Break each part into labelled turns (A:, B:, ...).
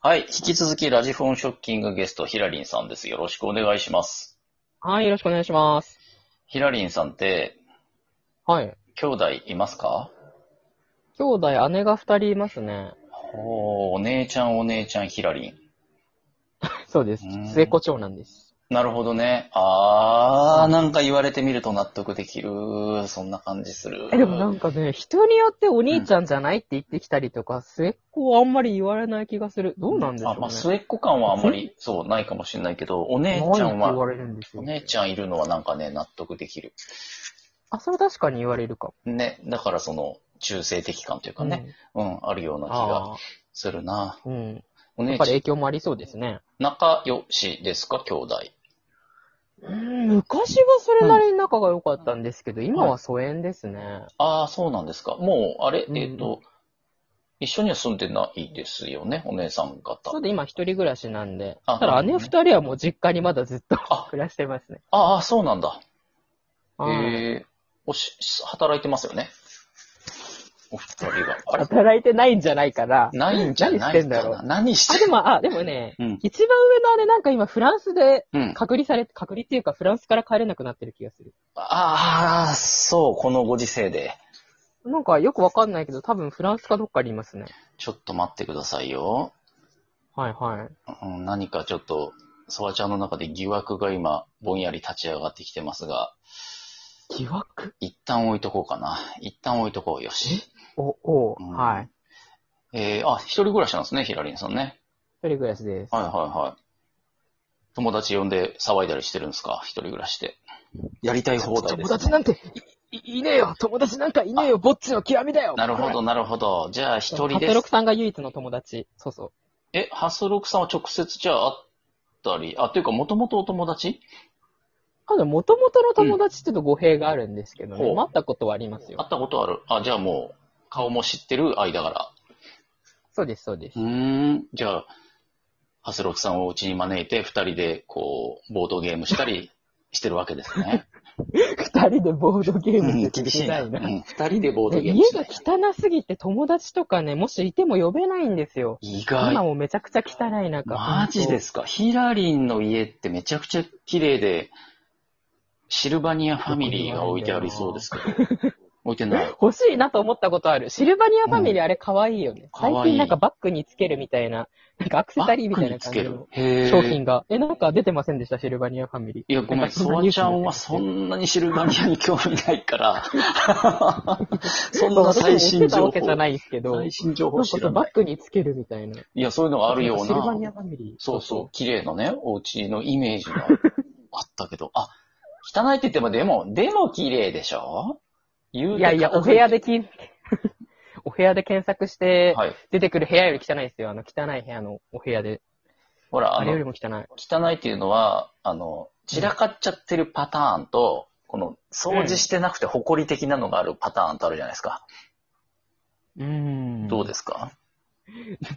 A: はい。引き続き、ラジフォンショッキングゲスト、ヒラリンさんです。よろしくお願いします。
B: はい、よろしくお願いします。
A: ヒラリンさんって、
B: はい。
A: 兄弟いますか
B: 兄弟、姉が二人いますね。
A: おお姉ちゃん、お姉ちゃん、ヒラリン。
B: そうです。末っ子長男です。
A: なるほどね。あー、なんか言われてみると納得できる。そんな感じする。
B: え、でもなんかね、人によってお兄ちゃんじゃないって言ってきたりとか、うん、末っ子はあんまり言われない気がする。どうなんでしょうね。
A: あまあ、末っ子感はあんまり、そう、ないかもしれないけど、お姉ちゃんは、
B: 言われるんです
A: お姉ちゃんいるのはなんかね、納得できる。
B: あ、それ確かに言われるか
A: も。ね、だからその、中性的感というかね、うん、うん、あるような気がするな。
B: うん。お姉ちゃん。やっぱり影響もありそうですね。
A: 仲良しですか、兄弟。
B: うん、昔はそれなりに仲が良かったんですけど、うん、今は疎遠ですね。はい、
A: ああ、そうなんですか。もう、あれ、えっ、ー、と、うん、一緒には住んでないですよね、お姉さん方。
B: そうで、今一人暮らしなんで。ただ姉二人はもう実家にまだずっと 暮らしてますね。
A: ああ、そうなんだ。ええー、おし、働いてますよね。お二人が。
B: 働いてないんじゃないかな。
A: ないんじゃない
B: 何してんだろう。
A: 何して
B: あ、でも、あ、でもね、うん、一番上のあれなんか今フランスで隔離され、隔離っていうかフランスから帰れなくなってる気がする。
A: ああ、そう、このご時世で。
B: なんかよくわかんないけど、多分フランスかどっかにいますね。
A: ちょっと待ってくださいよ。。
B: はいはい
A: うん、何かちょっと、ソワちゃんの中で疑惑が今、ぼんやり立ち上がってきてますが。
B: 疑惑
A: 一旦置いとこうかな。一旦置いとこう。よし。
B: お、お、うん、はい。
A: えー、あ、一人暮らしなんですね、ヒラリンさんね。
B: 一人暮らしです。
A: はいはいはい。友達呼んで騒いだりしてるんですか一人暮らしで。やりたい放題
B: です、ね、友達なんてい、いねえよ友達なんかいねえよぼっちの極みだよ
A: なるほど、なるほど。じゃあ一人で。
B: ハソロクさんが唯一の友達。そうそう。
A: え、ハソロクさんは直接じゃあ会ったり、あ、というかもともとお友達
B: あの、もともとの友達ってと語弊があるんですけどね、うん、会ったことはありますよ。
A: 会ったことある。あ、じゃあもう、顔も知ってる間柄。
B: そうです、そうです。
A: うん。じゃあ、ハスロクさんをお家に招いて、二人で、こう、ボードゲームした りしてるわけですね。
B: 二人でボードゲーム
A: って厳しいな。二、うん、人でボードゲー
B: ムして家が汚すぎて友達とかね、もしいても呼べないんですよ。
A: 意外。
B: 今もめちゃくちゃ汚い中。
A: マジですか。ヒラリンの家ってめちゃくちゃ綺麗で、シルバニアファミリーが置いてありそうですけど。置いてない。
B: 欲しいなと思ったことある。シルバニアファミリーあれ可愛いよね。うん、いい最近なんかバッグにつけるみたいな、なんかアクセサリーみたいな感じの商品が。え、なんか出てませんでしたシルバニアファミリー。
A: いや、ごめん、ソワちゃんはそんなにシルバニアに興味ないから。 そんな最新情報。
B: わけじゃないですけど。
A: 最新情報知ら
B: バッグにつけるみたいな。い
A: や、そういうのがあるような。
B: シルバニアファミリー。
A: そうそう、綺麗なね、お家のイメージがあったけど。あ、汚いって言っても、でも、でも綺麗でしょ
B: いやいや、お部屋でき、 お部屋で検索して、出てくる部屋より汚いですよ。あの、汚い部屋のお部屋で。
A: ほら、
B: あれよりも汚い。
A: 汚いっていうのは、あの、散らかっちゃってるパターンと、うん、この、掃除してなくて誇り的なのがあるパターンとあるじゃないですか。
B: うん。
A: どうですか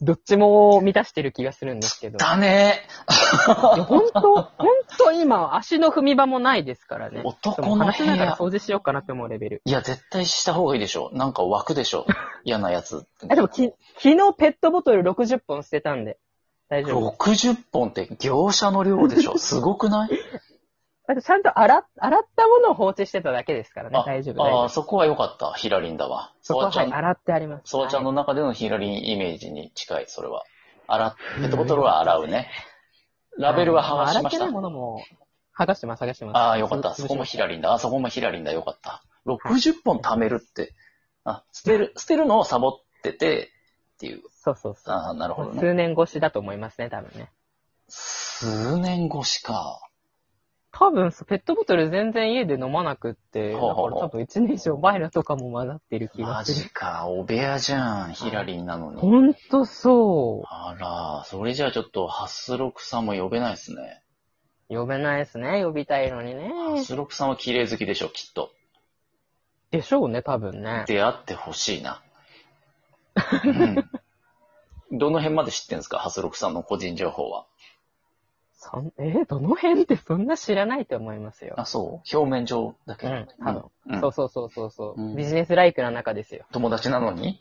B: どっちも満たしてる気がするんです けど。
A: だね
B: 本当本当今、足の踏み場もないですからね。
A: 男の
B: 部屋。話しながら掃除しようかなって思うレベル。
A: いや、絶対した方がいいでしょ。なんか湧くでしょ。嫌なやつ。
B: あでもき、昨日ペットボトル60本捨てたんで。大丈夫。
A: 60本って業者の量 でしょ。すごくない
B: あとちゃんと洗洗ったものを放置してただけですからね、大丈夫
A: ああ、そこは良かった、ヒラリンだわ。
B: そこは、はい、洗ってあります。
A: ソワちゃんの中でのヒラリンイメージに近い、それは。洗っ、ペットボトルは洗うね。ラベルは剥がしました。
B: 洗ってないものも剥がしてます、剥がしてます。
A: ああ、よかった。そこもヒラリンだ。あそこもヒラリンだ、よかった。60本貯めるって、あ、捨てる、捨てるのをサボってて、っていう。
B: そうそうそう。
A: ああ、なるほど、ね、
B: 数年越しだと思いますね、多分ね。
A: 数年越しか。
B: 多分、ペットボトル全然家で飲まなくって、だから多分1年以上前のとかも混ざってる気が
A: する。マジか、お部屋じゃん、ヒラリンなのに。
B: ほんとそう。
A: あら、それじゃあちょっと、ハスロクさんも呼べないですね。
B: 呼べないですね、呼びたいのにね。
A: ハスロクさんは綺麗好きでしょ、きっと。
B: でしょうね、多分ね。
A: 出会ってほしいな。うん、どの辺まで知ってんですか、ハスロクさんの個人情報は。
B: そん、えー、どの辺ってそんな知らないと思いますよ。
A: あ、そう表面上だけ。
B: うん、多分。うん、そうそうそうそうそう、うん、ビジネスライクな中ですよ。。
A: 友達なのに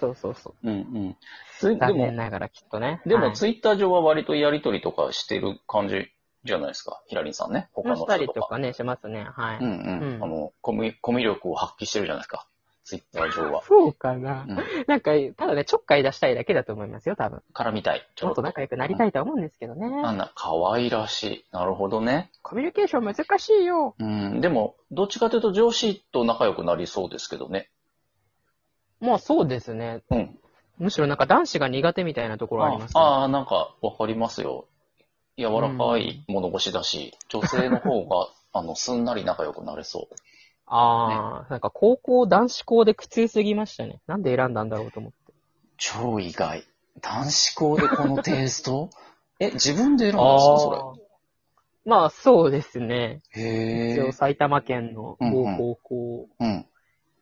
B: そうそうそ
A: う
B: う。
A: んうん。で
B: 残
A: も
B: 念、ながらきっとね。
A: で
B: は
A: も
B: い
A: ツイッター上は割とやりとりとかしてる感じじゃないですか。ヒラリンさんね。他の
B: し
A: 人
B: たり
A: と
B: と
A: か。
B: かね、しますね。はい。
A: うんうん。
B: うん。
A: あの、コミュ、コミュ力を発揮してるじゃないですか。ツイッター上は
B: そうかな。
A: うん。
B: なんか、ただね、ちょっかい出したいだけだと思いますよ、多分。
A: からみたい。ち
B: も
A: ょ
B: っ
A: っと。
B: と仲良くなりたいとは思うんですけどね。
A: あんな、可愛らしい。なるほどね。
B: コミュニケーション難しいよ。
A: うん。でも、どっちかというと上司と仲良くなりそうですけどね。
B: まあそうですね。
A: うん。
B: むしろなんか男子が苦手みたいなところありますね。
A: ああ、なんか、わかりますよ。柔らかい物腰だし、女性の方が、あの、すんなり仲良くなれそう。
B: ああ、なんか高校男子校で苦痛すぎましたね。なんで選んだんだろうと思って。
A: 超意外。男子校でこのテイス トえ、自分で選んだんですかそ
B: ああ。まあそうですね。
A: れ。
B: 一
A: へ
B: 応
A: え。
B: 埼玉県の某高校を
A: うん。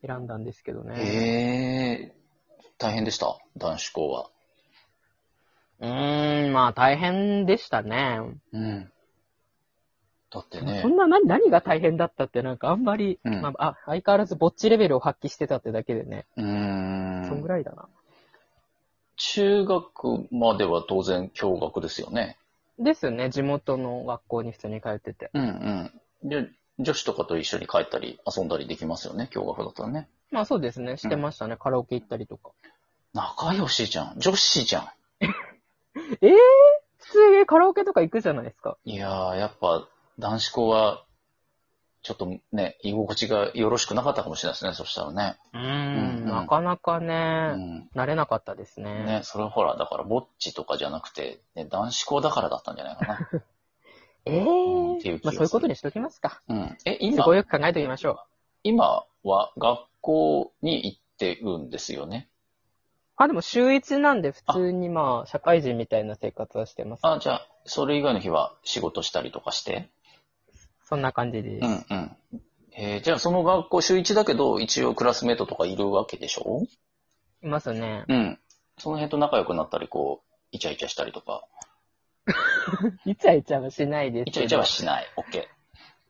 B: 選んだんですけどね。
A: へえ。大変でした男子校は。
B: うーん、まあ大変でしたね。
A: うん。だってね
B: そ。んな何何が大変だったってなんかあんまり、
A: うん
B: まあ、あ、相変わらずぼっちレベルを発揮してたってだけでね。
A: う
B: そんぐ
A: ん。
B: らいだな。
A: 中学までは当然共学ですよね。
B: ですね、地元の学校に普通に通ってて。
A: うんうん。で、女子とかと一緒に帰ったり遊んだりできますよね。共学だったらね。
B: まあそうですね、してましたね、カラオケ行ったりとか。
A: 仲良しじゃん。女子じゃ
B: ええ普通にカラオケとか行くじゃないですか。
A: ん。いやー、やっぱ男子校は、ちょっとね、居心地がよろしくなかったかもしれないですね。そしたらね。
B: う
A: うん
B: ん、なかなか
A: う
B: ね、
A: ん。
B: 慣れなかったですね。
A: ね、それはほら、だから、ぼっちとかじゃなくて、ね、男子校だからだったんじゃないか な。
B: ええ
A: うんっていう気が
B: まあ
A: する
B: そういうことにしときますか。
A: うん。え、
B: そ
A: 今
B: こ、をよく考えておきましょう。
A: 今は学校に行ってるんですよね。
B: あ、でも週一なんで普通にまあ、社会人みたいな生活はしてます。
A: あ、じゃあ、それ以外の日は仕事したりとかして。
B: そんな感じで
A: う
B: す。
A: んうん。えーじゃあその学校週1だけど、一応クラスメートとかいるわけでしょ
B: いますね。
A: うん。その辺と仲良くなったり、こう、イチャイチャしたりとか。
B: イチャイチャはしないですけど。
A: イチャイチャはしない。オッケ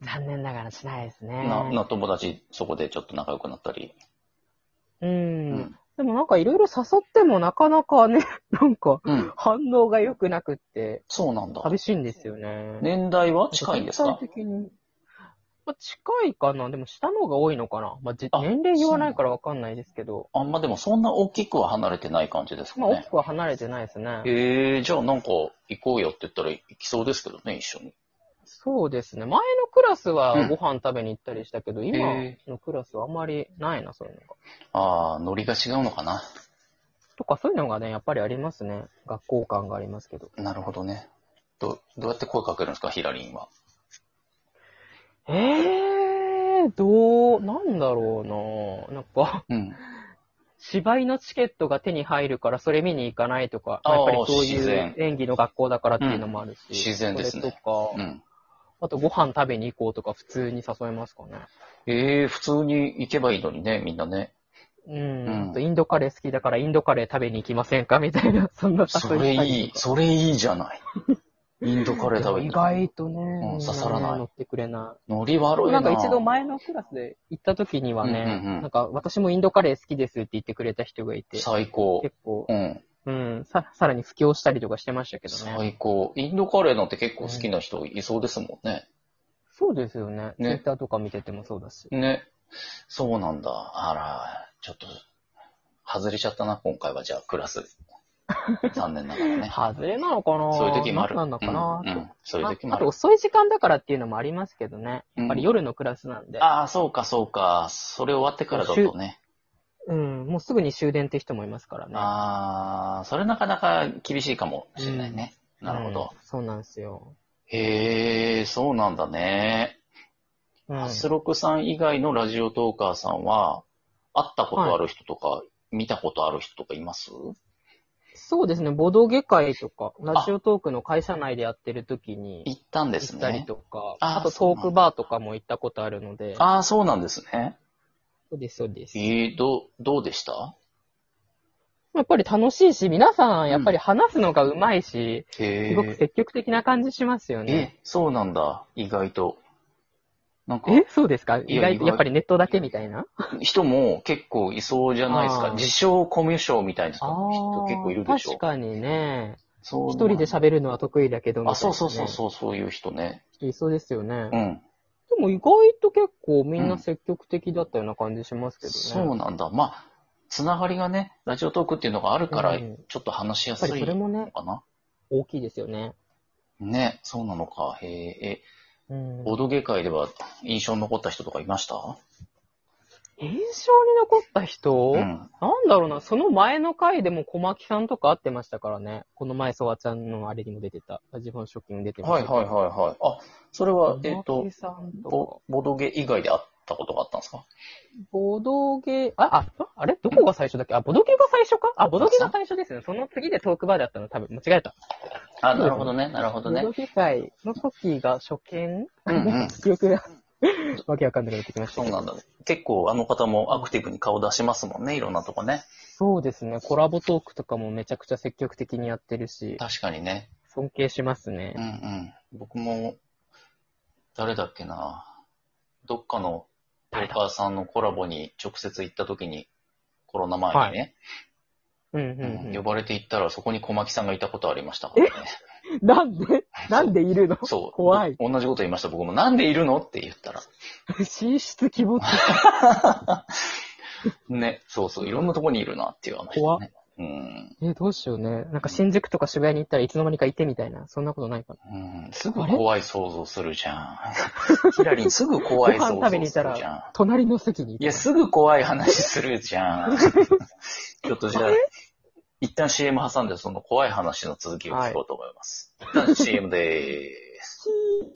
B: 残念ながらしないです
A: ー。
B: ね。
A: な、な、友達、そこでちょっと仲良くなったり。
B: う。
A: うんん。
B: でもなんかいろいろ誘ってもなかなかね、 なんか
A: うん。
B: 反応が良くなくって、
A: そうなんだ。
B: 寂しいんですよね。
A: 年代は近いんですか
B: 全体的に。まあ、近いかなでも下の方が多いのかなまあ、じ
A: あ
B: 年齢言わないからわかんないですけど。
A: あんまでもそんな大きくは離れてない感じですか
B: まあ、大
A: ね
B: き。くは離れてないですね。
A: ええじゃあなんか行こうよって言ったら行きそうですけどね、一緒に。
B: そうですね。前のクラス
A: う
B: は
A: ん
B: ご飯食べに行ったりしたけど、今
A: へ
B: のクラスはあんまりないな、そういうのが。
A: ああ、ノリが違うのかな。
B: とか、そういうのがね、やっぱりありますね。学校感がありますけど。
A: なるほどね。ど、どうやって声かけるんですか、ヒラリンは。
B: ええー、どう、なんだろうななんか、
A: うん。
B: 芝居のチケットが手に入るからそれ見に行かないとか、ま
A: あ
B: あ
A: ー
B: やっぱりそう
A: 自
B: いう
A: 然
B: 演技の学校だからっていうのもある
A: ん
B: し、
A: 自然ですね
B: それと
A: う
B: か、
A: ん。
B: あとご飯食べに行こうとか普通に誘いますかね。
A: ええ普通に行けばいいのにね、みんなね。
B: うん。
A: うん
B: あとインドカレー好きだからインドカレー食べに行きませんか みたいな、そんな
A: そ
B: 誘
A: れ
B: いしたり
A: いい、それいいじゃ ない。インドカレー食べ
B: 意
A: に
B: 外とね、
A: ん刺さらない
B: 乗ってくれない。
A: ノリ悪いな。
B: なんか一度前のクラスで行った時にはね、
A: うんうんうん
B: なんか私もインドカレー好きですって言ってくれた人がいて、
A: 最高。
B: 結構、
A: うん。
B: うん、さ、さらに布教したりとかしてましたけどね。
A: 最高。インドカレーなんて結構好きな人いそうですもんね。
B: そうですよね。ツイ
A: ね
B: ッターとか見ててもそうだし。
A: ね。そうなんだ。あら、ちょっと、外れちゃったな、今回は。じゃあ、クラス。 残念ながらね。
B: 外れなのかな
A: そういう時もある。
B: なんなのかな、
A: うんうんそういう時
B: あ
A: も
B: あ
A: あ
B: と
A: る。
B: 遅い時間だからっていうのもありますけどね。やっぱり夜のクラスなんで。
A: ああ、そうか、そうか。それ終わってからだとね。
B: うん、もうすぐに終電って人もいますからね。
A: ああ、それなかなか厳しいかもしれないね。なるほど。
B: うんそうなんですよ。
A: へえ、そうなんだね。
B: うん
A: ハスロクさん以外のラジオトーカーさんは、会ったことある人とか、見たことある人とかいます
B: そうですね、ボドゲ会とか、ラジオトークの会社内でやってる時に
A: 行ったんで
B: 行
A: す
B: ったり
A: ね。
B: とか、
A: あー
B: あとトークバーとかも行ったことあるので、
A: ああ、そうなんですね。
B: そうです、そうです。
A: ええどう、どうでした
B: やっぱり楽しいし、皆さんやっぱり話すのが上手いし、
A: へ
B: すごく積極的な感じしますよ
A: え
B: ね。
A: え、そうなんだ。意外と。なんか、
B: え、そうですか意
A: や
B: 外と、やっぱりネットだけみたいな
A: 人も結構いそうじゃないです
B: あー
A: か。自称コミュ障みたいな人
B: ー
A: 結構いるでしょ
B: 確。かにね。
A: そう
B: 一人で喋るのは得意だけど、
A: あ、そうそうそう
B: う。
A: そう、そういう人ね。
B: いそうですよね
A: う。ん。
B: でも意外と結構みんな積極的だったような感じしますけどね。
A: そうなんだ。まあ、つながりがね、ラジオトークっていうのがあるから、
B: うん
A: ちょっと話しや
B: やっぱ
A: す
B: り
A: い
B: それ
A: の
B: もね、
A: かな。
B: 大きいですよね。
A: ね、そうなのか。へえ、え、
B: うん。
A: ボードゲー界では印象に残った人とかいました
B: 印象に残った人、
A: うん。
B: なんだろうな、その前の回でも小牧さんとか会ってましたからね。この前、ソワちゃんのあれにも出てた。ラジフォンショッキングに出てま
A: はいはい
B: し
A: はいはい。あ、それ
B: た。
A: は、えっ
B: 小
A: と
B: 牧、さんとか
A: ボボードゲー以外であったことがあったんですか
B: ボドゲ、あ、あ、あれどこが最初だっけあ、ボドゲが最初かあ、ボドゲが最初ですね。その次でトークバーだったの多分間違えた。
A: あ、なるほどね、なるほ
B: ボ
A: どね
B: ド。ゲ会の時が初見
A: うんうん。
B: 記憶が、 わけわかんなくなってきました
A: そ
B: け
A: う
B: ど。
A: なんだ。結構あの方もアクティブに顔出しますもんね、いろんなとこね。
B: そうですね。コラボトークとかもめちゃくちゃ積極的にやってるし、
A: 確かにね。
B: 尊敬しますね
A: うん。うん。僕も、誰だっけな。どっかのペーカーさんのコラボに直接行った時に、コロナ前にね、
B: うんうん
A: う
B: うん
A: ん呼ばれて行ったらそこに小牧さんがいたことありましたからね。
B: なんでなんでいるの
A: そう。
B: 怖い。
A: 同じこと言いました、僕も。なんでいるのって言ったら。
B: 寝室希望
A: ね、そうそう、いろんなとこにいるなっていう話、ね。
B: 怖っ
A: うん。
B: え、どうしようね。なんか新宿とか渋谷に行ったらいつの間にかいてみたいな。そんなことないかな。
A: うん、すぐ
B: あれ
A: 怖い想像するじゃん。ヒラリン、すぐ怖い想像するじゃ
B: ご飯食べに行った
A: ん。
B: 隣の席にい
A: い
B: て
A: や、すぐ怖い話するじゃん。ちょっとじゃあ、一旦 CM 挟んで、その怖い話の続きを聞こうと思います。一旦 CM でーす。